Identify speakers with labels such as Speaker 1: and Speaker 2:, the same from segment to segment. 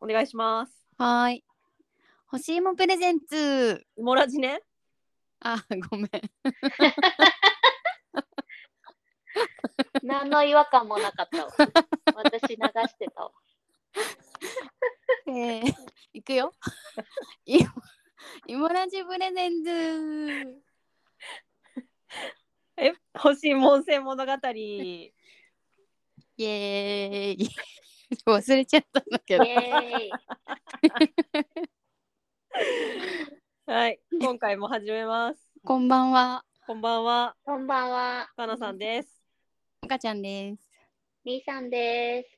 Speaker 1: お願いします。
Speaker 2: はーい。欲しいもんプレゼンツ。
Speaker 1: イモラジね。
Speaker 2: あ、ごめん。
Speaker 3: 何の違和感もなか ったわ。私流してたわ。
Speaker 2: え ー、いくよ。いもイモラジプレゼンツ。
Speaker 1: え、欲しいもんせん物語。
Speaker 2: イエーイ。 忘れちゃったんだけど
Speaker 3: イ。エ
Speaker 1: はい、今回も始めます。
Speaker 2: こんばんは。
Speaker 1: こんばんは、
Speaker 3: こんばんは。
Speaker 1: かなさんです。
Speaker 2: おかちゃんです。
Speaker 3: みーさんです。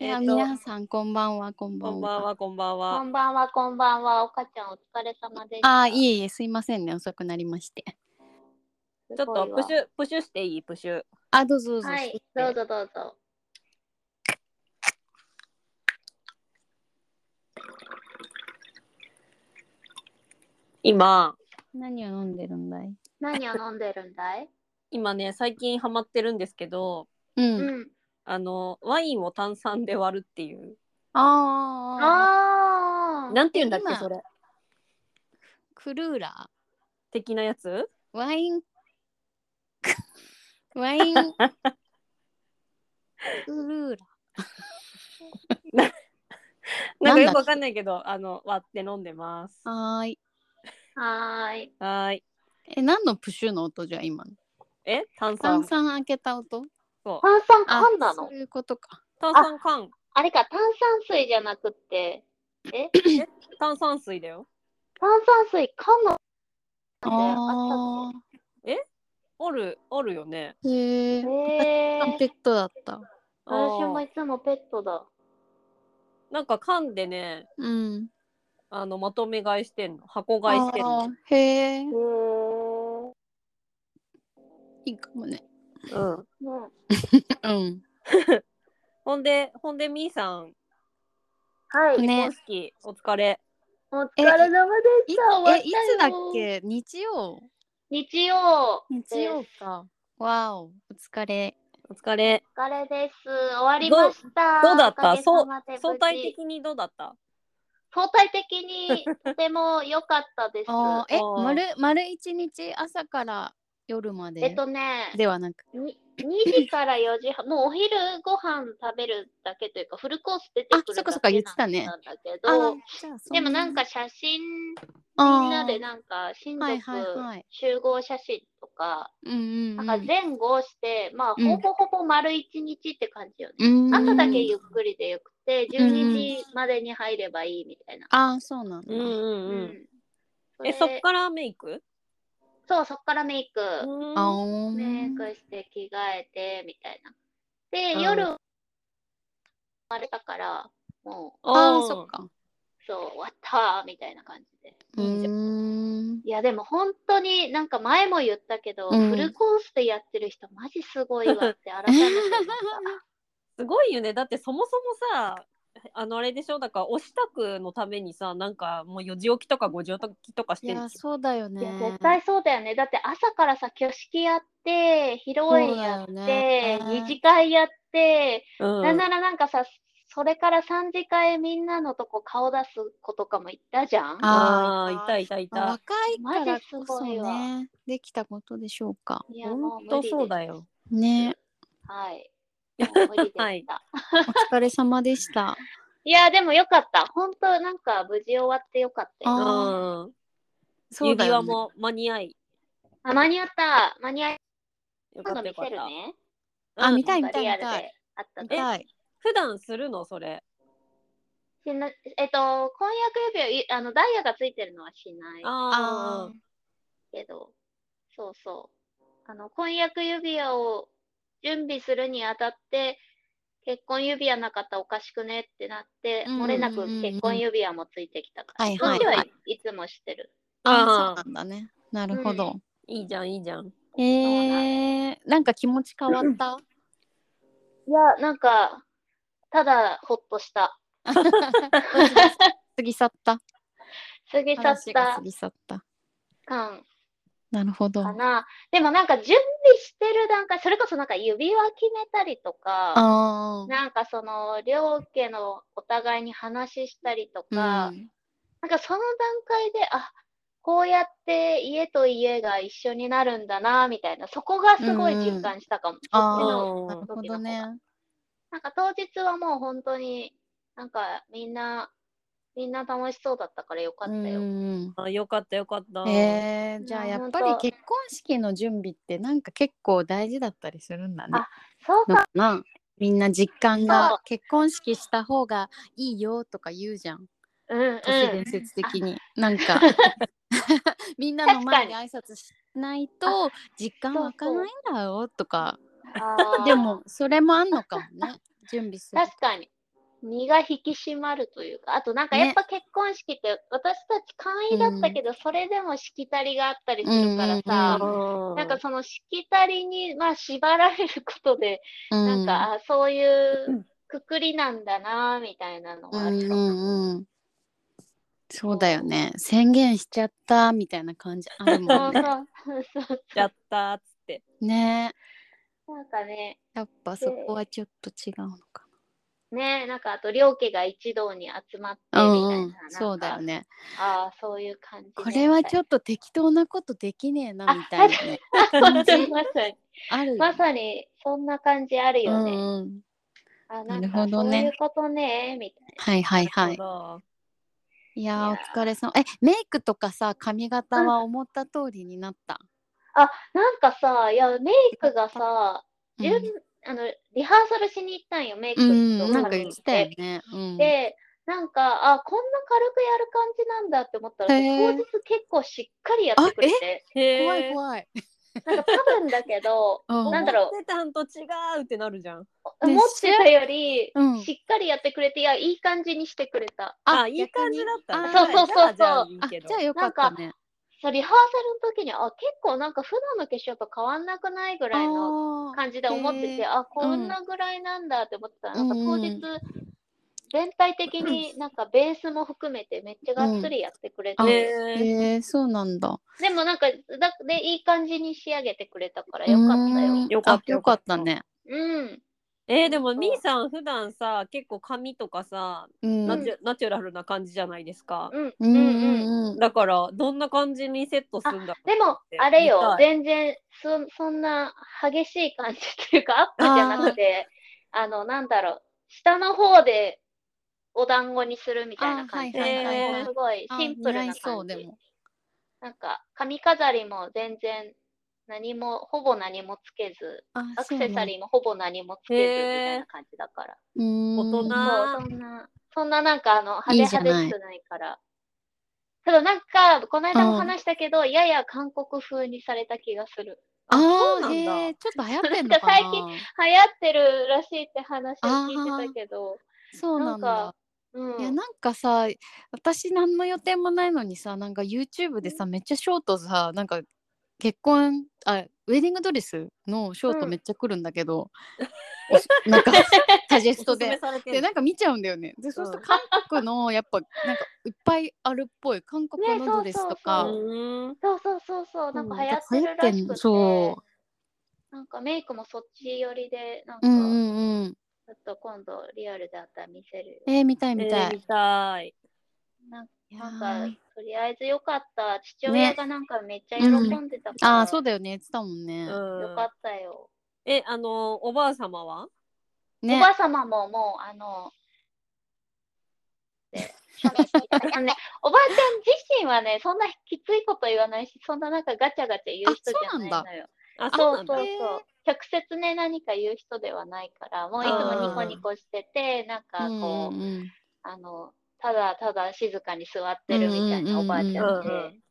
Speaker 2: い
Speaker 1: え
Speaker 2: や、
Speaker 1: ーと
Speaker 2: 皆さん、こんばんは。こんば
Speaker 1: こん
Speaker 2: ん
Speaker 1: ばん
Speaker 2: は。
Speaker 1: は、こんばん
Speaker 3: こ
Speaker 1: は。
Speaker 3: んばんは、こんばんは。おかちゃん、お疲れ様でした。
Speaker 2: あ、いえいえ、すいませんね。遅くなりまして。
Speaker 3: す
Speaker 1: ちょっ
Speaker 3: ごい
Speaker 1: と
Speaker 3: わ
Speaker 1: プシュ、プシュしていいプシュ。
Speaker 2: あ、どうぞどうぞ。
Speaker 3: はい、どうぞどうぞ。
Speaker 1: 今、
Speaker 2: 何を飲んでるんだい
Speaker 3: 何を飲んでるん だい
Speaker 1: 今ね、最近ハマってるんですけど、
Speaker 2: うん。
Speaker 3: うん。
Speaker 1: あの、ワインを炭酸で割るっていう。
Speaker 2: ああ。
Speaker 3: あー。
Speaker 1: なんて言うんだっけ、
Speaker 2: 今
Speaker 1: それ。
Speaker 2: クルーラ
Speaker 1: 的なやつ
Speaker 2: ー。ワイン。 ワイン。クルーラー。
Speaker 1: なんかよくわ
Speaker 2: なんだ
Speaker 1: かんないけど、あの、割って飲んでます。
Speaker 2: はーい。
Speaker 3: はーい。
Speaker 1: はーい。
Speaker 2: え、何のプシュの音じゃ今の。
Speaker 1: え、炭酸
Speaker 2: 炭。酸開けた音
Speaker 1: そう
Speaker 3: 炭酸缶な
Speaker 2: そ
Speaker 3: の
Speaker 2: ういうことか。
Speaker 1: 炭酸缶。
Speaker 3: あれか、炭酸水じゃなくって、え
Speaker 1: 炭酸水だよ。
Speaker 3: 炭酸水缶のなんだよあったっ
Speaker 2: あ
Speaker 1: おる、おるよね。
Speaker 2: ー。へえ
Speaker 3: け。へー
Speaker 2: ペットだった。
Speaker 3: 私も
Speaker 1: あー
Speaker 3: いつもペットだ。
Speaker 1: なんか缶でね、
Speaker 2: うん。
Speaker 1: あの、まとめ買いしてんの。箱買いしてん
Speaker 2: あ
Speaker 1: の。
Speaker 2: ーへえ
Speaker 3: へ。ー。
Speaker 2: いいかもね。
Speaker 1: うん。
Speaker 3: うん
Speaker 2: うん。
Speaker 1: ほんで、ほんで、みーさん、
Speaker 3: はい。
Speaker 2: ね
Speaker 1: 結婚式、お疲れ。
Speaker 3: お疲れ様で
Speaker 2: い
Speaker 3: した。終わ
Speaker 2: え、
Speaker 3: った
Speaker 2: い
Speaker 3: よ
Speaker 2: つだっけ日曜
Speaker 3: 日曜。
Speaker 2: 日曜か。わお、お疲れ。。
Speaker 1: お疲れ。
Speaker 3: お疲れです。終わりました。
Speaker 1: どうだった
Speaker 3: おかげさまで無事
Speaker 1: 相対的にどうだった
Speaker 3: 相対的にとても良かったです
Speaker 2: あーえ、
Speaker 1: あー
Speaker 2: 丸、丸一日朝から夜まで。
Speaker 3: えっとね、
Speaker 2: ではなく。
Speaker 3: に2時から4時 半、もうお昼ご飯食べるだけというか、フルコース出てくるだけ
Speaker 2: あそっかそっか言ってたね
Speaker 3: なんだけ
Speaker 2: あー
Speaker 3: ど、
Speaker 2: じゃあそ
Speaker 3: でもなんか写真、み
Speaker 2: あー
Speaker 3: んなでなんか親
Speaker 2: はい
Speaker 3: 族
Speaker 2: はいはい
Speaker 3: 集合写真とか、
Speaker 2: うんうんうん。
Speaker 3: なんか前後して、まあ
Speaker 2: うん
Speaker 3: ほぼほぼ丸一日って感じよね。
Speaker 2: うん
Speaker 3: 朝だけゆっくりでよくて、
Speaker 2: ん
Speaker 3: 12時までに入ればいいみたいな。
Speaker 2: ああ、そうなんだ。
Speaker 1: うんうん
Speaker 3: う
Speaker 1: うん。
Speaker 3: んそ
Speaker 1: え、
Speaker 3: れ
Speaker 1: そっからメイク
Speaker 3: そう、そっからメイク。
Speaker 1: うん
Speaker 2: あー
Speaker 3: メイクして着替えてみたいな。で、
Speaker 2: うん
Speaker 3: 夜、生まれたから、もう、
Speaker 2: あ
Speaker 1: ー
Speaker 2: ーそっか。
Speaker 3: そう、終わったみたいな感じで。
Speaker 2: う
Speaker 1: いいじゃ
Speaker 2: ーん。
Speaker 3: いや、でも本当になんか前も言ったけど、
Speaker 2: うん
Speaker 3: フルコースでやってる人、マジすごいわって改めて思 った。
Speaker 1: すごいよねだってそもそもさあのあれでしょだからお支度のためにさなんかもう4時起きとか5時起きとかし
Speaker 2: い
Speaker 1: てる
Speaker 2: や、そうだよ
Speaker 3: い
Speaker 2: ね
Speaker 3: や、。絶対そうだよね。だって朝からさ、挙式やって、披露宴やっ
Speaker 2: そうだよ
Speaker 3: て
Speaker 2: ね、
Speaker 3: 二次会やって、
Speaker 1: うん
Speaker 3: なんならなんかさ、それから3次会みんなのとこ顔出す子とかもいたじゃん。
Speaker 1: あーい
Speaker 2: あ
Speaker 1: たいたい
Speaker 2: まあ
Speaker 1: た
Speaker 2: 若いからこそ
Speaker 3: マジすごいわ
Speaker 2: ね、できたことでしょうか。
Speaker 3: いや、も
Speaker 1: ほ
Speaker 3: うん無理
Speaker 1: と
Speaker 3: です
Speaker 1: そうだよ。
Speaker 2: ね、
Speaker 3: はい。 もう無理でした。
Speaker 1: はい
Speaker 3: い、
Speaker 2: お疲れ様でした。
Speaker 3: や、でもよかった。本当なんか無事終わってよかった
Speaker 1: う
Speaker 3: よ。
Speaker 2: あ
Speaker 1: ん
Speaker 2: そうだ
Speaker 1: 指輪
Speaker 2: よね。
Speaker 1: も間に合い
Speaker 3: あ、間に合った。間に合っ
Speaker 1: よか
Speaker 3: た
Speaker 1: った
Speaker 3: の見
Speaker 1: よかっ
Speaker 3: せる
Speaker 1: た
Speaker 3: ね。
Speaker 2: あ
Speaker 1: うん
Speaker 2: 見たい
Speaker 3: なんか
Speaker 2: 見
Speaker 3: リ
Speaker 2: た
Speaker 3: ア
Speaker 2: い
Speaker 3: ル
Speaker 2: 見たい
Speaker 3: であった
Speaker 2: 見
Speaker 3: ね。
Speaker 2: たい。
Speaker 1: 普段するのそれ
Speaker 3: しなえっと、婚約指輪い、あの、ダイヤがついてるのはしない
Speaker 1: あ
Speaker 2: あー
Speaker 3: けど、そうそう。あの、婚約指輪を準備するにあたって、結婚指輪なかったらおかしくねってなって、
Speaker 2: うんうんうん
Speaker 3: 漏れなく結婚指輪もついてきたから、
Speaker 2: はい
Speaker 3: そ
Speaker 2: は
Speaker 3: っ
Speaker 2: い
Speaker 3: ちは
Speaker 2: はい
Speaker 3: いつもしてる。
Speaker 2: あ
Speaker 1: あー
Speaker 2: ー、そうなんだね。なるほど。
Speaker 1: ーいいじゃんいいじゃん
Speaker 2: えー、なんか気持ち変 わった。
Speaker 3: いや、なんか、ただ、ほっとした。
Speaker 2: 過ぎ去った。
Speaker 3: 過ぎ去っ
Speaker 2: 嵐が過
Speaker 3: た
Speaker 2: ぎ去った。
Speaker 3: 感。
Speaker 2: なるほど。
Speaker 3: か
Speaker 2: あ
Speaker 3: な。でもなんか準備してる段階、それこそなんか指輪決めたりとか、
Speaker 2: あ
Speaker 3: なんかその両家のお互いに話したりと
Speaker 2: ー。
Speaker 3: か、
Speaker 2: うん
Speaker 3: なんかその段階で、あこうやって家と家が一緒になるんだな、みたいな、そこがすごい実感したかも。
Speaker 2: あ
Speaker 3: そっち
Speaker 1: ー
Speaker 3: の
Speaker 2: なるほど
Speaker 3: 時の
Speaker 2: ね。
Speaker 3: なんか当日はもう本当に、なんかみんな、みんな楽しそうだったからよか
Speaker 2: う
Speaker 3: ったよ。
Speaker 2: ん。
Speaker 1: あよかったよかった。
Speaker 2: えー、じゃあ
Speaker 3: いや
Speaker 2: やっぱり
Speaker 3: ほんと
Speaker 2: 結婚式の準備ってなんか結構大事だったりするんだね。
Speaker 3: そう
Speaker 2: のかなみんな実感
Speaker 3: そう
Speaker 2: が結婚式した方がいいよとか言うじゃん
Speaker 3: うんうん。
Speaker 2: 都市伝説的に、なん か みんなの前で挨拶しないと実感湧かないんだよとか
Speaker 3: あー
Speaker 2: でもそれもあんのかも ね準備する
Speaker 3: 確かに。身が引き締まるというか、あとなんかやっぱ結婚式って私たち簡易だったけど、それでもしきたりがあったりするから
Speaker 2: うん
Speaker 3: さ、
Speaker 1: うん
Speaker 3: なんかそのしきたりに、まあ、縛られることで、
Speaker 2: う
Speaker 3: なんか、あそうい
Speaker 1: うん
Speaker 3: うくくりなんだな、みたいなの
Speaker 2: う
Speaker 3: はあ
Speaker 2: ん
Speaker 3: る
Speaker 2: う
Speaker 3: かも。
Speaker 2: んうんそうだよね宣言しちゃったみたいな感じあるもんね
Speaker 3: そうそうそう
Speaker 1: やったーっつって。
Speaker 2: ね
Speaker 3: そう。なんかね、
Speaker 2: やっぱそこはちょっと違うのか
Speaker 3: ね、なんかあと両家が一堂に集まってみ
Speaker 2: ない
Speaker 3: たな。
Speaker 2: うんうん
Speaker 3: なんか
Speaker 2: そうだよ。ね
Speaker 3: ああ、そういう感じね。
Speaker 2: これはちょ
Speaker 3: っ
Speaker 2: っと適当なことできねえな
Speaker 3: あ
Speaker 2: みたいなね。
Speaker 3: と まさに、
Speaker 2: あるよ
Speaker 3: まさにそんな感じあるよね。
Speaker 2: うんうん。
Speaker 3: あ
Speaker 2: な
Speaker 3: な
Speaker 2: る
Speaker 3: ん
Speaker 2: ほ
Speaker 3: か
Speaker 2: ど
Speaker 3: そう
Speaker 2: ね
Speaker 3: いうことね、みたい
Speaker 2: はいはいはい。
Speaker 1: ない
Speaker 2: やー
Speaker 3: いや
Speaker 2: お
Speaker 3: ー
Speaker 2: 疲れさま。えメイクとかさ髪型は思った通りになった。
Speaker 3: な。あ、なんかさ、いや、メイクがさ、
Speaker 2: う
Speaker 3: 順
Speaker 2: ん
Speaker 3: あのリハーサルしに行ったんよ、メイク
Speaker 2: う
Speaker 3: と
Speaker 2: ん
Speaker 3: 髪
Speaker 2: なんか言ってたよね。うん。
Speaker 3: で、なんか、あ、こんな軽くやる感じなんだって思ったら、
Speaker 2: へー
Speaker 3: 当日結構しっかりやってくれて、
Speaker 1: るほど。へー
Speaker 2: 怖い怖い。、
Speaker 3: なんか多分だけど
Speaker 2: うん
Speaker 3: なんだろう
Speaker 1: 思ってたんと違うってなるじゃん。
Speaker 3: 思ってたより
Speaker 2: うん、
Speaker 3: しっかりやってくれて、いや、いい感じにしてくれた。
Speaker 1: あいい感じだったね。
Speaker 2: 逆に
Speaker 3: そうそうそうそう
Speaker 1: じゃあじゃあいい
Speaker 2: あ
Speaker 1: けど
Speaker 2: じゃあよかったね。
Speaker 3: そうリハーサルの時に、あ、結構なんか普段の化粧と変わんなくないぐらいの
Speaker 2: あー
Speaker 3: 感じで思って
Speaker 2: へ
Speaker 3: て、
Speaker 2: ー
Speaker 3: あ、こんなぐらいなんだって思ってたら、なんか
Speaker 2: うん
Speaker 3: 当
Speaker 2: う
Speaker 3: 日
Speaker 2: ん、
Speaker 3: 全体的になんかベースも含めてめっちゃがっつりやってくれて、
Speaker 2: うんあ
Speaker 1: へー
Speaker 2: へえそうなんだ。
Speaker 3: でもなんか、だでいい感じに仕上げてくれたからよかった
Speaker 2: う
Speaker 3: よ
Speaker 2: ん。
Speaker 1: よかった
Speaker 2: あよかったね。
Speaker 3: うん。
Speaker 1: えーでもみーさん普段さ結構髪とかさ
Speaker 2: うん。
Speaker 1: ナチュ,、ナチュラルな感じじゃないですか。
Speaker 3: うん。
Speaker 2: う
Speaker 3: うん
Speaker 2: う
Speaker 3: ん。うん。
Speaker 2: んうん。
Speaker 1: だからどんな感じにセットすんだ
Speaker 3: でも
Speaker 1: え、
Speaker 3: あれよ、
Speaker 1: 見
Speaker 3: 全然そ、そんな激しい感じっていうか、アップじゃなくて、あの、なんだろう、下の方でお団子にするみたいな感じだった
Speaker 1: あはいはいはいはい
Speaker 3: もうすごい
Speaker 2: あ
Speaker 3: シンプルな
Speaker 2: 似合
Speaker 3: 感
Speaker 2: い
Speaker 3: じ。
Speaker 2: そうでも。
Speaker 3: なんか、髪飾りも全然何も、ほぼ何もつけず、
Speaker 2: あ
Speaker 3: アクセサ
Speaker 2: ー。
Speaker 3: リーもほぼ何もつけずみたいな感じだから。
Speaker 2: 大
Speaker 1: 大人
Speaker 3: そう、そんな、そんななんかあの、派手
Speaker 2: いいじゃ
Speaker 3: 派
Speaker 2: ない
Speaker 3: 手しくないから。ただなんか、この間
Speaker 2: うん
Speaker 3: も話したけど、やや韓国風にされた気がする。
Speaker 2: あ
Speaker 1: そう
Speaker 2: あ
Speaker 1: な
Speaker 2: ー、
Speaker 1: んだ
Speaker 2: へえ、ちょっと流行ってんのかな。
Speaker 3: なんか最近流行ってるらしいって話を聞いてたけど、
Speaker 2: そうなんだ。
Speaker 3: うん。
Speaker 2: いや、なんかさ、私何の予定もないのにさ、なんか YouTube でさ、めっちゃショートさ、なんか結婚、あ、ウェディングドレスのショート
Speaker 3: うん
Speaker 2: めっちゃ来るんだけど、おしなん かサジェストで。
Speaker 1: されて
Speaker 2: で、なんか見ちゃうんだよね。で、そうすると韓国の、やっぱ、なんかいっぱいあるっぽい。韓国の
Speaker 3: ね
Speaker 2: ドレスと
Speaker 1: う
Speaker 2: か。
Speaker 1: ーん
Speaker 3: そうそうそうそう、なんか流行って
Speaker 2: 流
Speaker 3: る
Speaker 2: 行っ
Speaker 3: ら
Speaker 2: て
Speaker 3: し
Speaker 2: ん
Speaker 3: く
Speaker 2: の
Speaker 3: て、
Speaker 2: そう。
Speaker 3: なんかメイクもそっち寄りで、なんか、
Speaker 2: うん
Speaker 3: ち
Speaker 2: うんうん。
Speaker 3: ょっと今度リアルであったら見せるよ。
Speaker 2: えー、見たい
Speaker 1: え
Speaker 2: 見た
Speaker 1: ー
Speaker 2: い。
Speaker 1: 見たい。
Speaker 3: なんか、
Speaker 2: いや
Speaker 3: なん
Speaker 2: ー
Speaker 3: かとりあえずよかった。父
Speaker 2: ね
Speaker 3: 親がなんかめっちゃ喜んでたから、
Speaker 2: ああ、そうだよね。言ってたもん
Speaker 1: う
Speaker 2: ね。
Speaker 1: ん
Speaker 3: よかったよ。
Speaker 1: えあのおばあ様は？
Speaker 2: ね
Speaker 3: おばあ様ももうあの、で喋ってあのね、 おばあちゃん自身はね、そんなきついこと言わないし、そんななんかガチャガチャ言う人じゃないのよ。
Speaker 1: あ
Speaker 3: そう
Speaker 1: そうなんだ。
Speaker 3: そう
Speaker 2: へー
Speaker 3: そう。直接ね、何か言う人ではないから、もういつもニコニコしてて、なんかこう、
Speaker 2: うんうんうん
Speaker 3: あの、ただただ静かに座ってるみたいなおばあちゃんで。
Speaker 1: うんうんうん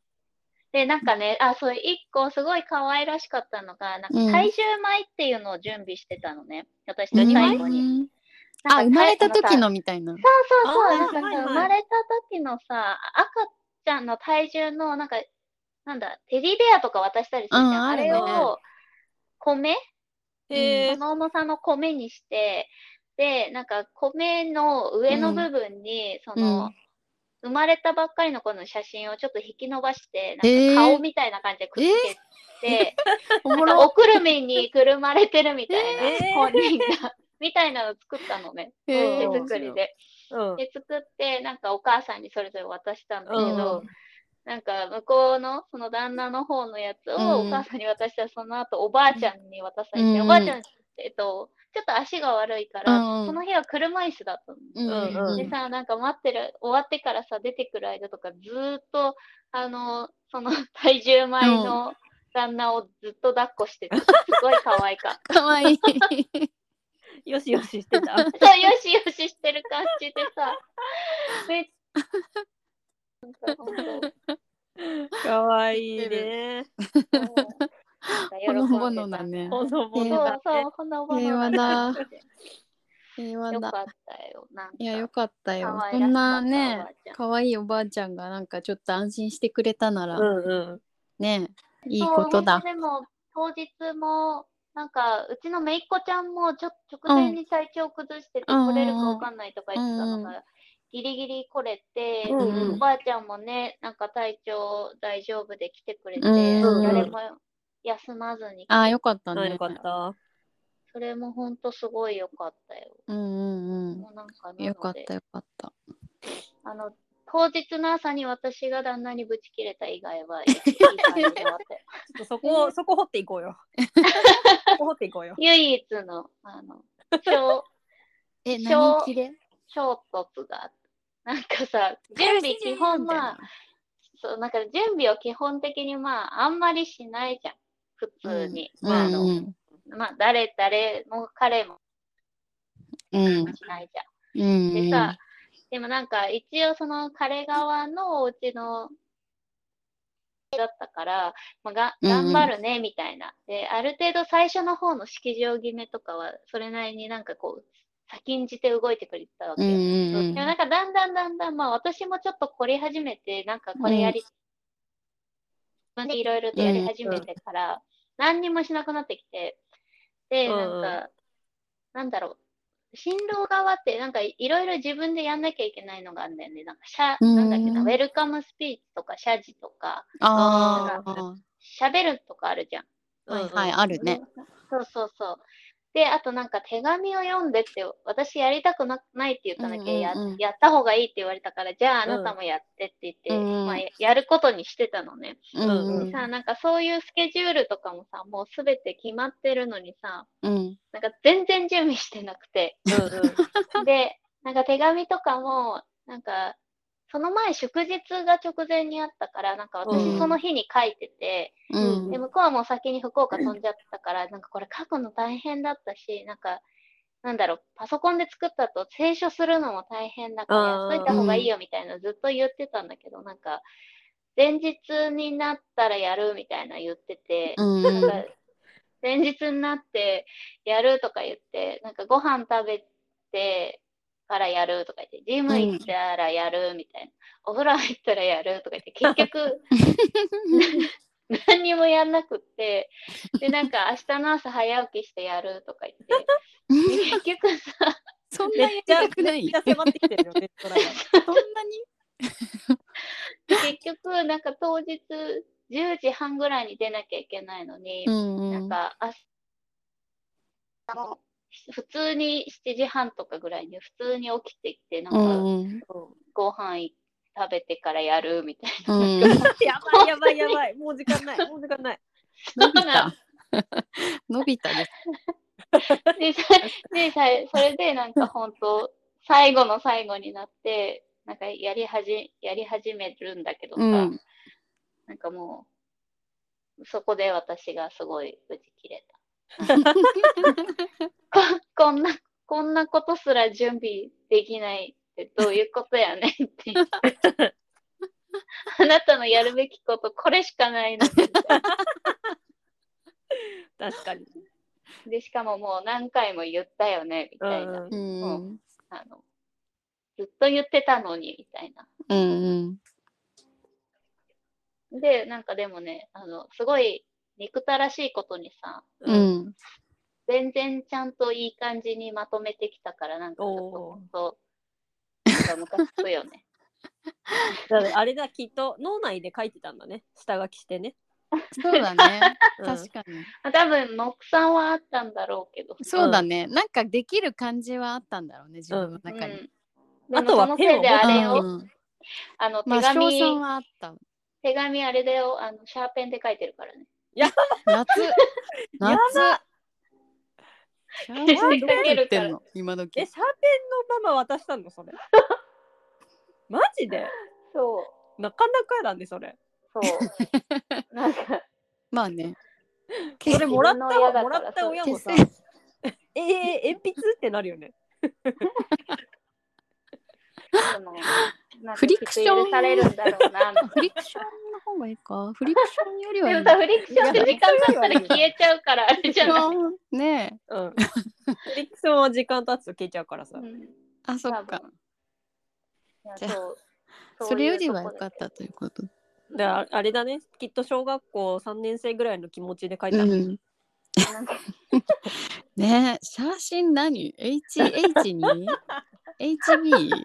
Speaker 3: で、なんかね、あ、そう、一個すごい可愛らしかったのが、なん
Speaker 2: うん
Speaker 3: か体重米っていうのを準備してたのね。私と
Speaker 1: 何
Speaker 3: 最
Speaker 1: 米
Speaker 3: 後に。
Speaker 2: うん
Speaker 3: なんか
Speaker 2: あ、生まれた時
Speaker 3: さ
Speaker 2: のみたいな。
Speaker 3: そうそうそう、
Speaker 1: あー
Speaker 3: なんかさ、
Speaker 1: はいはい
Speaker 3: 生まれた時のさ、赤ちゃんの体重の、なんか、なんだ、テディベアとか渡したりするじゃん。
Speaker 2: うんあ
Speaker 3: あ
Speaker 2: る
Speaker 3: れ
Speaker 2: ね
Speaker 3: を、米、
Speaker 1: え
Speaker 3: その重さの米にして、で、なんか米の上の部分に、その、
Speaker 2: うん
Speaker 3: 生まれたばっかりの子の写真をちょっと引き伸ばして、
Speaker 2: えー
Speaker 3: なんか顔みたいな感じでくっつけて、
Speaker 2: おも
Speaker 3: なんか
Speaker 2: ろ
Speaker 3: おくるみにくるまれてるみたいな、
Speaker 1: えー
Speaker 3: 本人が、みたいなの作ったのね、
Speaker 2: え
Speaker 3: 手
Speaker 2: ー
Speaker 1: 面
Speaker 3: 作
Speaker 1: 白い
Speaker 3: りで。
Speaker 1: うん
Speaker 3: で、作って、なんかお母さんにそれぞれ渡したんだけ
Speaker 1: うん
Speaker 3: ど、なんか向こうのその旦那の方のやつを
Speaker 2: うん
Speaker 3: お母さんに渡したら、その後おばあちゃんに渡されて、
Speaker 2: うん
Speaker 3: おばあちゃん、えっと、ちょっと足が悪いから、
Speaker 2: うん
Speaker 3: その日は車椅子だったの。
Speaker 2: うんうん
Speaker 3: でさ、なんか待ってる、終わってからさ、出てくる間とか、ずーっと、あの、その体重前の旦那をずっと抱っこしてて、すごい可愛かっ
Speaker 2: かわ いい。
Speaker 1: よしよししてた。うん
Speaker 3: た。そう、 よしよししてる感じでさ、めっなんか本
Speaker 1: かわいいね。
Speaker 3: 当もうな
Speaker 2: ほのぼの
Speaker 3: んか喜んでた
Speaker 2: だね
Speaker 1: ほのぼ
Speaker 3: そ
Speaker 1: のだ
Speaker 3: うそう
Speaker 1: ね。、
Speaker 3: ほのぼの
Speaker 2: 平和だ平和
Speaker 3: よか
Speaker 2: だ。
Speaker 3: ったよ。なんか
Speaker 2: いやよかったよ
Speaker 3: 可。
Speaker 2: そ
Speaker 3: 愛らしかった
Speaker 2: んなね
Speaker 3: おばあちゃん
Speaker 2: 可愛いおばあちゃんがなんかちょっと安心してくれたなら、
Speaker 1: うんうん。
Speaker 2: ねいいことだ
Speaker 3: そう。でも当日もなんかうちのめいっ子ちゃんもちょ直前に体調崩してて
Speaker 2: うん
Speaker 3: 来れるかわかんないとか言ってたの
Speaker 2: うんう
Speaker 3: がギリギリ来れて、
Speaker 1: うんうん
Speaker 3: おばあちゃんもねなんか体調大丈夫で来てくれて、
Speaker 2: うん
Speaker 3: 誰も休まずに来て
Speaker 2: ああよかった
Speaker 1: あ
Speaker 2: ね。
Speaker 1: よかった。
Speaker 3: それもほんとすごいよかったよ。
Speaker 2: うんうん
Speaker 3: もうなんかなの
Speaker 2: うん。
Speaker 3: で
Speaker 2: よかったよかった。
Speaker 3: あの当日の朝に私が旦那にぶち切れた以外 はいい感じで終わったよ
Speaker 1: ちょっとそこをそこ掘っていこうよ。そこ掘っていこうよ。
Speaker 3: 唯一のあの小
Speaker 2: え
Speaker 3: 小
Speaker 2: 何切れ？
Speaker 3: 衝突があった。なんかさ、準備基本まあ、そう、なんか準備を基本的にまあ、あんまりしないじゃん。普通に。
Speaker 2: う
Speaker 3: まああ
Speaker 2: んう
Speaker 3: の、
Speaker 2: ん
Speaker 3: まあ、誰、誰も彼も
Speaker 2: うん
Speaker 3: しないじ
Speaker 2: う
Speaker 3: ゃん。で
Speaker 2: ん。
Speaker 3: さ、でもなんか一応その彼側のお家のだったから、まあ、が
Speaker 2: うん
Speaker 3: 頑張るねみたいな、である程度最初の方の式場決めとかはそれなりになんかこう先んじて動いてくれてたわけ
Speaker 2: う
Speaker 3: よ、
Speaker 2: んうんうん
Speaker 3: でもなんかだんだんだんだん、まあ私もちょっと凝り始めて、なんかこれやり、自分でいろいろとやり始めてから、何にもしなくなってきて、で、
Speaker 1: うんう
Speaker 3: な
Speaker 1: ん
Speaker 3: んか、なんだろう、新郎側ってなんかいろいろ自分でやんなきゃいけないのがあるんだよね。なんか、社、
Speaker 2: うん
Speaker 3: なんだっけな、ウェルカムスピーチとか、謝辞とか、
Speaker 2: あ
Speaker 3: なん
Speaker 2: あ
Speaker 3: 喋るとかあるじゃん。
Speaker 2: はいはいあるね。
Speaker 3: そうそうそう。で、あとなんか手紙を読んでって、私やりたくなないって言ったんだけど、や
Speaker 2: うんうんうん
Speaker 3: やった方がいいって言われたから、じゃああ
Speaker 1: うん
Speaker 3: なたもやってって言って、
Speaker 2: うん
Speaker 3: まあ、ややることにしてたのね。
Speaker 2: うんう
Speaker 1: うん
Speaker 3: さあ、なんかそういうスケジュールとかもさ、もうすべて決まってるのにさ、
Speaker 2: うん
Speaker 3: なんか全然準備してなく て。
Speaker 1: うんうん。
Speaker 3: で、なんか手紙とかも、なんか、その前祝日が直前にあったから、なんか
Speaker 1: う
Speaker 3: 私
Speaker 1: ん
Speaker 3: その日に書いてて、
Speaker 2: うん
Speaker 3: で向こうはもう先に福岡飛んじゃったから、なんかこれ書くの大変だったし、なんか、なんだろう、パソコンで作ったと清書するのも大変だから、
Speaker 1: あ
Speaker 3: や
Speaker 1: ー
Speaker 3: っといた方がいいよみたいなずっと言ってたんだけど、なんか、前日になったらやるみたいな言ってて、
Speaker 2: うん
Speaker 3: なんか、前日になってやるとか言って、なんかご飯食べてからやるとか言って、ジム行ったらやるみたいな、お風呂入ったらやるとか言って、結局、何にもやんなくって、で、なんか明日の朝早起きしてやるとか言って、結局さ、
Speaker 2: そん
Speaker 1: めっ
Speaker 2: なやり
Speaker 1: ちゃ
Speaker 2: たくな
Speaker 1: めっ
Speaker 2: い
Speaker 1: ちゃ迫ってきてるよ。ネットライン
Speaker 2: そんなに
Speaker 3: 結局、なんか当日10時半ぐらいに出なきゃいけないのに、
Speaker 2: うんう
Speaker 3: なん
Speaker 2: ん
Speaker 3: か明日の普通に7時半とかぐらいに普通に起きてきて、な
Speaker 2: うん
Speaker 3: か
Speaker 2: ん
Speaker 3: ご飯い食べてからやるみたい
Speaker 2: うんうん
Speaker 1: やばい やばいやばい。もう時間ない。もう時間ない。
Speaker 2: 伸び
Speaker 3: な
Speaker 2: た伸びたです
Speaker 3: な。で、さでさそれでなんか本当、最後の最後になって、なんかやりはじやり始めるんだけどさ、
Speaker 2: うん
Speaker 3: なんかもう、そこで私がすごい打ち切れた。ここんな、こんなことすら準備できないってどういうことやねんって言って。あなたのやるべきことこれしかないのって
Speaker 1: 確かに。
Speaker 3: でしかももう何回も言ったよねみ
Speaker 1: う
Speaker 3: たいな、
Speaker 1: んうん。
Speaker 2: うん
Speaker 3: あのずっと言ってたのにみたいな
Speaker 2: うん
Speaker 3: でなんかでもねあのすごい憎たらしいことにさ
Speaker 2: う
Speaker 1: うん。
Speaker 2: ん
Speaker 3: 全然ちゃんといい感じにまとめてきたからなんかちょっと
Speaker 1: おー
Speaker 3: ほんとなんかムカつくよね
Speaker 1: だからあれだきっと脳内で書いてたんだね下書きしてね、
Speaker 2: そうだね。
Speaker 1: うん
Speaker 2: 確かに。
Speaker 3: あ多分、目算はあったんだろうけど。
Speaker 2: そうだね。なんかできる感じはあったんだろうね、自分の中に。
Speaker 3: うん、
Speaker 1: あとは
Speaker 3: でもそのせいであれ
Speaker 1: ペンを
Speaker 3: を、
Speaker 2: うん
Speaker 3: あの手
Speaker 2: まあ、賞
Speaker 3: 紙、
Speaker 2: 賛はあった。
Speaker 3: 手紙あれだよ、あのシャーペンで書いてるからね。
Speaker 2: 夏。
Speaker 1: や
Speaker 2: 夏。
Speaker 1: ば
Speaker 2: シャーペン
Speaker 3: 消してかけるから
Speaker 2: どうやってんの今時
Speaker 1: えシャーペンのママ渡したのそれマジで
Speaker 3: そう、
Speaker 1: なかなかだねそれ
Speaker 3: そ う。なんか、
Speaker 2: まあね。
Speaker 1: それもらっ
Speaker 3: 自分の親だか
Speaker 1: た
Speaker 3: ら
Speaker 1: もらった親もさ
Speaker 2: 消
Speaker 1: ええ鉛筆ってなるよね
Speaker 3: そのなんか
Speaker 2: フリクション
Speaker 3: きっと許されるんだろうなみたいな
Speaker 2: フリクションの方がいいか。フリクションよりは
Speaker 3: で
Speaker 2: い
Speaker 3: も
Speaker 2: い
Speaker 3: さ、フリクションで時間経ったら消えちゃうから、あれじゃない。
Speaker 2: い。ねえ。
Speaker 1: うんフリクションは時間経つと消えちゃうからさ、
Speaker 3: うん
Speaker 2: あ、そっ
Speaker 3: 多
Speaker 2: か。
Speaker 3: 分いや
Speaker 2: じゃあ
Speaker 3: そうそう
Speaker 2: それよ
Speaker 3: い
Speaker 2: り
Speaker 3: うと
Speaker 2: は
Speaker 3: こ
Speaker 2: 良かったということ。
Speaker 1: でああれだねきっと小学校3年生ぐらいの気持ちで書いた
Speaker 2: う
Speaker 1: の、
Speaker 2: ん。
Speaker 3: ですなんか
Speaker 2: ねえ、写真何 ?HH に ?HB?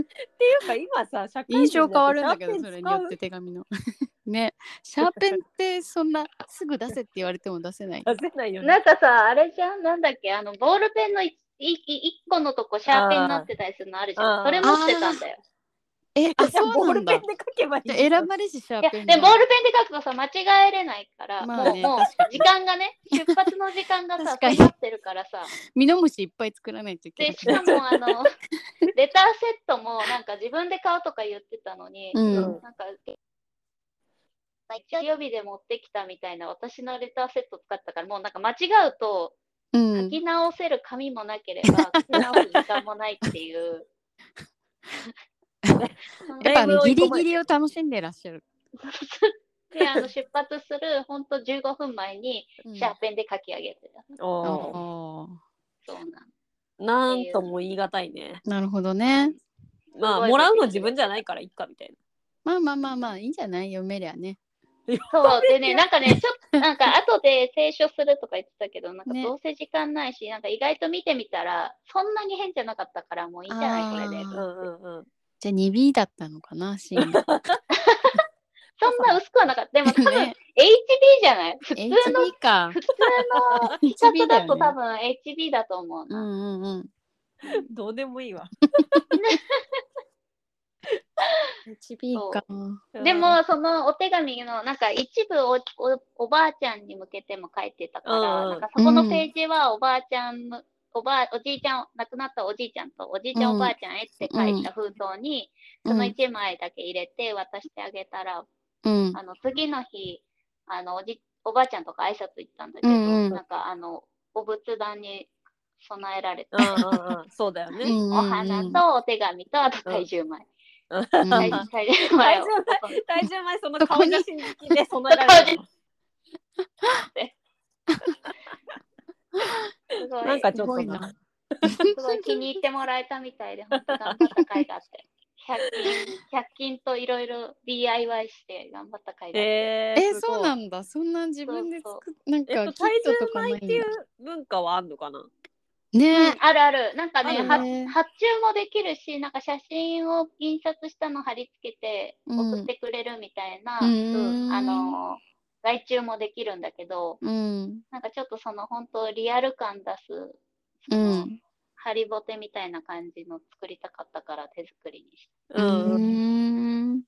Speaker 1: っていうか今さ社会
Speaker 2: 印
Speaker 1: 人
Speaker 2: 象変わるんだ
Speaker 1: だ
Speaker 2: け
Speaker 1: け
Speaker 2: ど
Speaker 1: ど
Speaker 2: それによって手紙の ねシャーペンってそんなすぐ出せって言われても出せない
Speaker 1: 出せないよね
Speaker 3: なんかさ、あれじゃん、なんだっけ、あの、ボールペンの一一一個のとこ、シャーペンになってたりするのあるじゃ
Speaker 1: あー
Speaker 3: ん。それ持ってたんだよ。
Speaker 2: えあそう
Speaker 1: ボー
Speaker 2: な
Speaker 1: ル
Speaker 2: ん
Speaker 1: ペ
Speaker 2: だ
Speaker 1: ンで書けばいい
Speaker 2: じゃあ
Speaker 1: じゃん
Speaker 2: 選ばれしシャ
Speaker 3: いや、
Speaker 2: ー
Speaker 3: で
Speaker 2: ペ
Speaker 3: も
Speaker 2: ン
Speaker 3: ボー
Speaker 2: だ
Speaker 3: ルペンで書くとさ、間違えれないから、
Speaker 2: まあね
Speaker 3: もう、もう
Speaker 2: 確かに
Speaker 3: 時間がね、出発の時間がさ、
Speaker 2: 確かに
Speaker 3: 迫ってるからさ。
Speaker 2: ミノムシいっぱい作らないといけな
Speaker 3: で、
Speaker 2: い
Speaker 3: しかも、あ の、レターセットも、なんか自分で買うとか言ってたのに、
Speaker 2: うん
Speaker 1: うん
Speaker 3: なんか、一応予備で持ってきたみたいな私のレターセット使ったから、もうなんか間違うと、
Speaker 2: うん
Speaker 3: 書き直せる紙もなければ、書き直す時間もないっ ていう。
Speaker 2: やっぱあの
Speaker 1: だいぶ追い
Speaker 2: ギリ
Speaker 1: 込まれ
Speaker 2: ギリを楽しんでらっしゃる、
Speaker 3: で、あの出発する、ほんと15分前に、
Speaker 2: うん
Speaker 3: シャーペンで書き上げてた。
Speaker 1: おー
Speaker 2: お
Speaker 3: そうなん。
Speaker 1: なんとも言い難いね
Speaker 2: ーなるほどね
Speaker 1: まあ
Speaker 3: すごい
Speaker 1: もらうの自分じゃないからいっかみたいな
Speaker 2: まあまあまあまあいいんじゃない読めりゃね
Speaker 3: そう、でね、なんかね、ちょっと、なん か後で清書するとか言ってたけど、なんか
Speaker 2: ね
Speaker 3: どうせ時間ないし、なんか意外と見てみたら、そんなに変じゃなかったから、もういいんじゃない
Speaker 2: あー
Speaker 3: これで。
Speaker 1: うんうんうん
Speaker 2: じゃあ 2B だったのかなシ ーンが
Speaker 3: そんな薄くはな かった。でも多分、
Speaker 2: ね
Speaker 3: HB じゃない普通
Speaker 2: HB
Speaker 3: の、
Speaker 2: か
Speaker 3: 普通の
Speaker 2: HB
Speaker 3: 企
Speaker 2: だよ
Speaker 3: 画だと
Speaker 2: ね
Speaker 3: 多分 HB だと思う
Speaker 2: う
Speaker 3: な。
Speaker 2: んうんうん
Speaker 1: どうでもいいわ
Speaker 2: HB か
Speaker 3: でも、そのお手紙の、なんか一部おおおばあちゃんに向けても書いてたから、
Speaker 1: うん
Speaker 3: なんかそこのページはおばあちゃんむ、おばあ、おじいちゃん、亡くなったおじいちゃんとおじいちゃん、
Speaker 2: うん
Speaker 3: おばあちゃんへって書いた封筒に、
Speaker 2: う
Speaker 3: その
Speaker 2: ん
Speaker 3: 1枚だけ入れて渡してあげたら、
Speaker 2: うん
Speaker 3: あの次の日あのおじ、おばあちゃんとか挨拶行ったんだけど、
Speaker 2: うんうん
Speaker 3: なんかあの、お仏壇に供えられて、
Speaker 1: うんうんうんそうだよ
Speaker 2: う
Speaker 1: ね、
Speaker 2: ん
Speaker 3: お花とお手紙と、あと体重枚。
Speaker 2: うんうん
Speaker 3: 体重体重枚を。
Speaker 1: 体重前その
Speaker 2: そこ
Speaker 1: 顔
Speaker 2: に
Speaker 1: 写真付きでそんな感じ
Speaker 3: すごい
Speaker 1: なんかちょっ
Speaker 2: すご
Speaker 1: と
Speaker 2: いな
Speaker 1: な
Speaker 3: すごい気に入ってもらえたみたいで、本当頑張った甲斐があって。100均、100均といろいろ DIY して頑張った甲斐があって。
Speaker 1: えー
Speaker 2: え
Speaker 1: すごい
Speaker 2: そうなんだそんな自分で
Speaker 3: そう
Speaker 2: 作っなん
Speaker 1: えっ
Speaker 2: か
Speaker 1: と
Speaker 2: キッ
Speaker 1: 体
Speaker 2: トと
Speaker 1: 重
Speaker 2: かない
Speaker 1: 前
Speaker 2: ん
Speaker 1: っ
Speaker 2: だ
Speaker 1: ていう文化はあんのかな
Speaker 2: ね
Speaker 3: あるある。なんかね、
Speaker 1: ある
Speaker 3: は
Speaker 2: ね
Speaker 3: 発注もできるし、なんか写真を印刷したの貼り付けて
Speaker 2: うん
Speaker 3: 送ってくれるみたいな、
Speaker 2: う
Speaker 3: あ
Speaker 2: ん
Speaker 3: のー、外注もできるんだけど、
Speaker 2: うん
Speaker 3: なんかちょっとその本当リアル感出す、
Speaker 2: う
Speaker 3: その
Speaker 2: ん
Speaker 3: ハリボテみたいな感じの作りたかったから手作りにし
Speaker 1: う
Speaker 2: うんん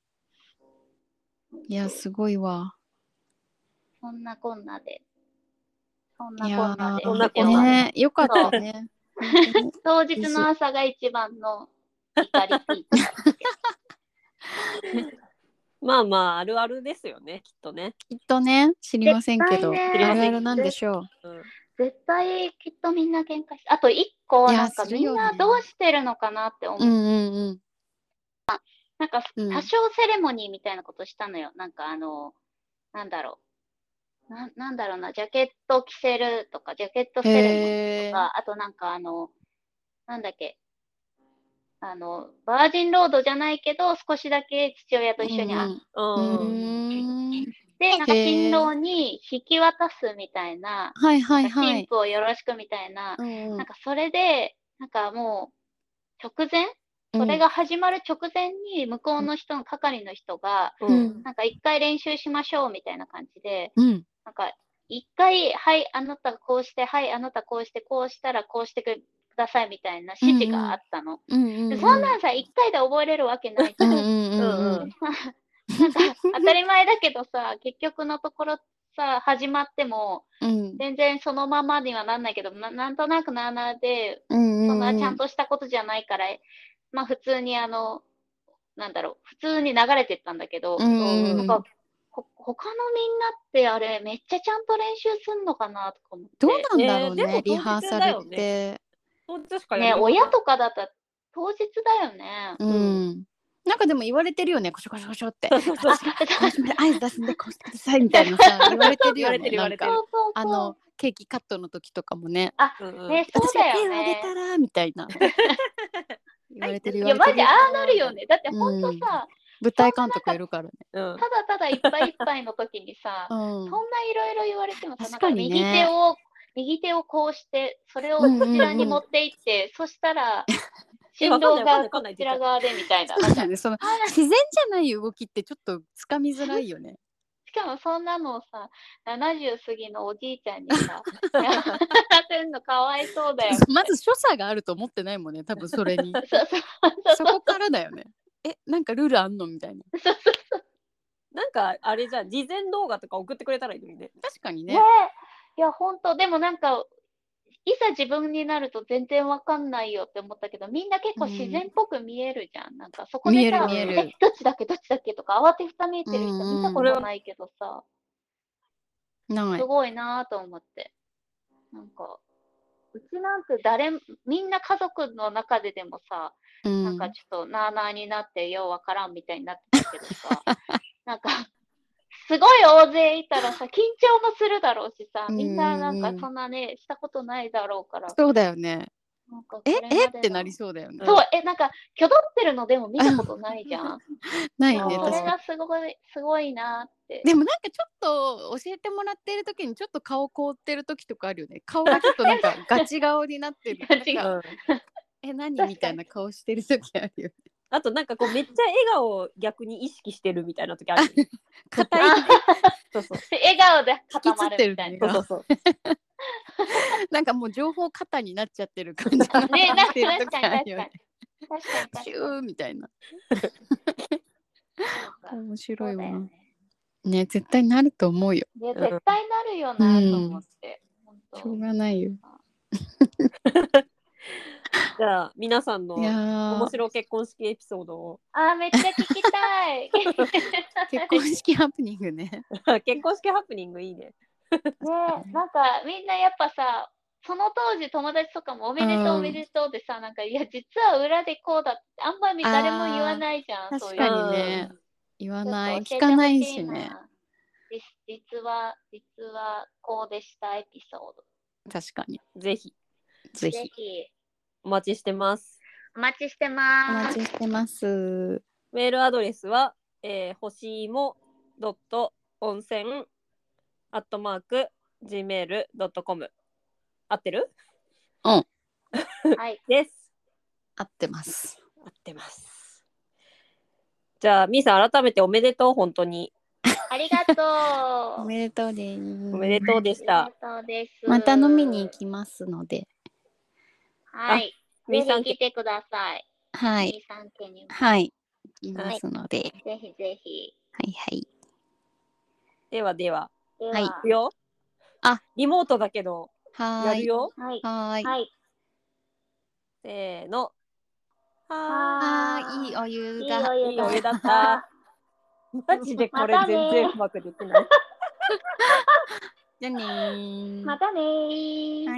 Speaker 2: いやすごいわ
Speaker 3: た。そんなこんなで。そんないこ
Speaker 2: や
Speaker 3: んなで。
Speaker 1: そんなこんなで
Speaker 2: ねよかったね
Speaker 3: 当日の朝が一番の怒りピーク。
Speaker 1: まあまああるあるですよねきっとね、
Speaker 2: きっとね知りませんけどあ
Speaker 3: 絶対
Speaker 2: る
Speaker 3: ね
Speaker 2: あるなんでしょう
Speaker 1: うん、
Speaker 3: 絶対きっとみんな喧嘩して、あと一個、
Speaker 2: いや
Speaker 3: なんか
Speaker 2: する
Speaker 3: み
Speaker 2: よ
Speaker 3: ん
Speaker 2: ね
Speaker 3: などうしてるのかなって思う。
Speaker 2: うんうんうん
Speaker 3: なんか
Speaker 2: うん
Speaker 3: 多少セレモニーみたいなことしたのよ。なんかあの、なんだろう。ななんだろうな、ジャケット着せるとか、ジャケットセレモニー
Speaker 2: へえ
Speaker 3: とか、あとなんかあの、なんだっけ。あの、バージンロードじゃないけど、少しだけ父親と一緒に会っ
Speaker 1: うん
Speaker 2: うん
Speaker 3: て、なんか
Speaker 2: へー
Speaker 3: 新郎に引き渡すみたいな、
Speaker 2: はいはいは
Speaker 3: 神
Speaker 2: い
Speaker 3: 父をよろしくみたいな、
Speaker 2: うんう
Speaker 3: なん
Speaker 2: ん
Speaker 3: かそれで、なんかもう、直前それが始まる直前に向こうの人の係の人が、
Speaker 1: う
Speaker 2: うんん
Speaker 3: なんか一回練習しましょうみたいな感じで、
Speaker 2: うん
Speaker 3: なんか一回、はい、あなたこうして、はい、あなたこうして、こうしたらこうしてくださいみたいな指示があったの。
Speaker 2: うんうん
Speaker 3: でそんなんさ、一回で覚えれるわけないじ
Speaker 2: う
Speaker 3: ゃん
Speaker 2: んうんうんうん
Speaker 1: うん
Speaker 3: なんか当たり前だけどさ、結局のところさ、始まっても、
Speaker 2: うん
Speaker 3: 全然そのままにはなんないけど、ななんとなくなあなあで、
Speaker 2: うん
Speaker 3: そんなちゃんとしたことじゃないから、まあ普通にあの、なんだろう、普通に流れてったんだけど、
Speaker 2: うんうんうん
Speaker 3: なんかほ他のみんなってあれめっちゃちゃんと練習すんのかなとか思って。
Speaker 2: どうなんだろう
Speaker 1: ねで
Speaker 2: ね、
Speaker 1: も
Speaker 2: リハーサルって。
Speaker 1: 当日しかや
Speaker 3: ね
Speaker 1: る
Speaker 3: 親とかだったら当日だよね。
Speaker 2: う
Speaker 1: ね
Speaker 2: ん。なんかでも言われてるよね、コショコショコショって。
Speaker 1: そうそうそう
Speaker 2: あこうしま合図出すんでこうしてくださいみたい なさ、言われてるよね。
Speaker 1: 言われてる言われてる
Speaker 2: なん
Speaker 3: そ
Speaker 2: か
Speaker 3: うそうそう。
Speaker 2: あの、ケーキカットの時とかもね、
Speaker 1: うんうん
Speaker 3: ね、そう
Speaker 2: 私が
Speaker 3: だ
Speaker 2: 手
Speaker 3: よ
Speaker 2: を挙げ
Speaker 3: ね。
Speaker 2: たらみたい な。言われてる
Speaker 3: い
Speaker 2: 言
Speaker 3: や、
Speaker 2: わ
Speaker 3: マ
Speaker 2: れて
Speaker 3: ジ
Speaker 2: る
Speaker 3: あ。あなるよね。だってほんとさ、
Speaker 2: 舞台監督いるからね。
Speaker 1: うん
Speaker 3: ただただいっぱいいっぱいの時にさ、
Speaker 2: う
Speaker 3: そん
Speaker 2: ん。
Speaker 3: ないろいろ言われてもさ、なん
Speaker 2: 確かにね
Speaker 3: 右手を、右手をこうして、それをこちらに持っていって、そし たら、
Speaker 1: え
Speaker 3: 振
Speaker 1: わかんな
Speaker 3: 動
Speaker 1: いわかんな
Speaker 3: が
Speaker 1: いわか
Speaker 3: こ
Speaker 1: んない
Speaker 3: ちら側でみたいな。
Speaker 2: そうだね、その自然じゃない動きってちょっとつかみづらいよね。
Speaker 3: しかもそんなのをさ、70過ぎのおじいちゃんに さ、やらせんのかわいそうだよ。
Speaker 2: まず所作があると思ってないもんね、多分それに。
Speaker 3: そうそう
Speaker 2: そこからだよね。え、なんかルールあんのみたいな。
Speaker 1: なんかあれじゃん事前動画とか送ってくれたらいいのにね
Speaker 2: 確かに
Speaker 3: ね
Speaker 2: ね
Speaker 3: え。いや、ほんと、でもなんか、いざ自分になると全然わかんないよって思ったけど、みんな結構自然っぽく見えるじゃん。なんかそこ
Speaker 2: 見
Speaker 3: で
Speaker 2: え
Speaker 3: さ
Speaker 2: る
Speaker 1: 見える
Speaker 3: え、どっちだっけ、どっちだっけとか慌てふためいてる人
Speaker 2: うんうん
Speaker 3: 見たことないけどさ、
Speaker 2: な
Speaker 3: す
Speaker 2: い。
Speaker 3: ごいなぁと思って。なんか、うちなんて誰も、みんな家族の中ででもさ、
Speaker 2: うん
Speaker 3: なんかちょっとなーなーになってようわからんみたいになってたけど さ、なんか、すごい大勢いたらさ、緊張もするだろうしさ、みんななん
Speaker 2: うんう
Speaker 3: か
Speaker 2: ん
Speaker 3: そんなね、したことないだろうから、
Speaker 2: そうだよね。
Speaker 3: なんかこ
Speaker 2: え
Speaker 3: れまでの
Speaker 2: えってなりそうだよね。
Speaker 3: そう、え、なんか、挙動ってるのでも見たことないじゃん。
Speaker 2: ない
Speaker 3: で
Speaker 2: ね
Speaker 3: もそ
Speaker 2: 確
Speaker 3: れ
Speaker 2: かに。
Speaker 3: がすごい、すごいなーって。
Speaker 2: でもなんかちょっと教えてもらってる時にちょっと顔凍ってる時とかあるよね。顔がちょっとなん かガチ顔になってる。
Speaker 3: ガチ
Speaker 2: なんか
Speaker 3: 顔
Speaker 2: え何
Speaker 3: 確かに
Speaker 2: みたいな顔してる時あるよ。
Speaker 1: あとなんかこうめっちゃ笑顔を逆に意識してるみたいな時 あるよね
Speaker 2: 硬い
Speaker 3: あ
Speaker 1: そうそう
Speaker 3: 笑顔で
Speaker 2: 引
Speaker 3: 固
Speaker 2: きつ
Speaker 3: ま
Speaker 2: って
Speaker 3: るみ
Speaker 2: る
Speaker 3: たい
Speaker 2: ね
Speaker 3: な。。
Speaker 1: そうそう
Speaker 2: なんかもう情報肩になっちゃってる感じになっ
Speaker 3: ね、なんか
Speaker 2: てる
Speaker 3: 確
Speaker 2: 時
Speaker 3: かに
Speaker 2: ある
Speaker 3: 確
Speaker 2: よ
Speaker 3: かに
Speaker 2: ね。。
Speaker 3: 確かに確か
Speaker 2: シ
Speaker 3: に
Speaker 2: ューみたいな。
Speaker 3: そうか
Speaker 2: 面
Speaker 3: そ
Speaker 2: 白
Speaker 3: う
Speaker 2: い
Speaker 3: だ
Speaker 2: わ
Speaker 3: よ。ね。
Speaker 2: ね絶対なると思うよ。
Speaker 3: いや、絶対なるよなと思って。ほんと
Speaker 2: しょうがないよ。
Speaker 1: じゃあ皆さんの
Speaker 2: いや
Speaker 1: 面
Speaker 2: ー
Speaker 1: 白結婚式エピソードを
Speaker 3: あー、めっちゃ聞きたい。
Speaker 2: 結婚式ハプニングね。
Speaker 1: 結婚式ハプニングいいね
Speaker 3: ね、なんかみんなやっぱさ、その当時友達とかもおめでと
Speaker 2: う
Speaker 3: う
Speaker 2: ん
Speaker 3: おめでとうでさ、なんかいや、実は裏でこうだって、あんまり誰も言わないじゃん、そ
Speaker 2: 確
Speaker 3: ういう
Speaker 1: の
Speaker 2: かにね。言わ
Speaker 3: ちょっと
Speaker 2: ない。
Speaker 3: 教え
Speaker 2: 聞
Speaker 3: てほ
Speaker 2: か
Speaker 3: し
Speaker 2: ないしね。
Speaker 3: 実実は、実はこうでしたエピソ
Speaker 2: 確かに。
Speaker 1: ぜひ
Speaker 2: ぜ
Speaker 3: ード。ぜ
Speaker 2: ひ。
Speaker 3: ひ、
Speaker 1: お待ちしてます
Speaker 3: お待ちして
Speaker 2: お
Speaker 3: ま
Speaker 2: 待ち
Speaker 3: す。
Speaker 2: してます。
Speaker 1: メールアドレスは、えー、ほしいも温泉アットマーク gmail.com 合ってる
Speaker 3: はい。
Speaker 1: です
Speaker 2: 合ってます。
Speaker 1: 合ってますじゃあみーさん改めておめでとう本当に
Speaker 3: ありが
Speaker 2: お
Speaker 3: とう。
Speaker 2: めでとうです。
Speaker 1: お
Speaker 2: お
Speaker 1: めでとうでした、
Speaker 3: ありがとうです。
Speaker 2: また飲みに行きますので。
Speaker 3: はい。
Speaker 1: み
Speaker 3: ぜ
Speaker 1: ーさん
Speaker 3: ひ来てください。
Speaker 2: は。
Speaker 3: はいさん家にも。
Speaker 2: はい。行きますので。はい、
Speaker 3: ぜひぜひ。
Speaker 2: はい、はい。
Speaker 1: ではでは
Speaker 3: では、
Speaker 2: はい
Speaker 1: くよ
Speaker 2: あ
Speaker 1: リモートだけど
Speaker 2: は
Speaker 1: や
Speaker 2: ー
Speaker 1: る
Speaker 2: い。
Speaker 1: よ
Speaker 3: はい。
Speaker 2: はーい。
Speaker 3: はい。
Speaker 1: せーのは
Speaker 2: は
Speaker 3: はー
Speaker 2: ーい。
Speaker 3: い
Speaker 2: いいお湯
Speaker 3: い
Speaker 2: が。
Speaker 1: ーいい
Speaker 3: いお
Speaker 1: お
Speaker 3: 湯
Speaker 1: 湯
Speaker 3: だ
Speaker 1: だ
Speaker 3: っ
Speaker 1: った た。マジでこれ
Speaker 3: またね
Speaker 1: 全然うまくできない
Speaker 2: じゃあねー。
Speaker 3: またねー。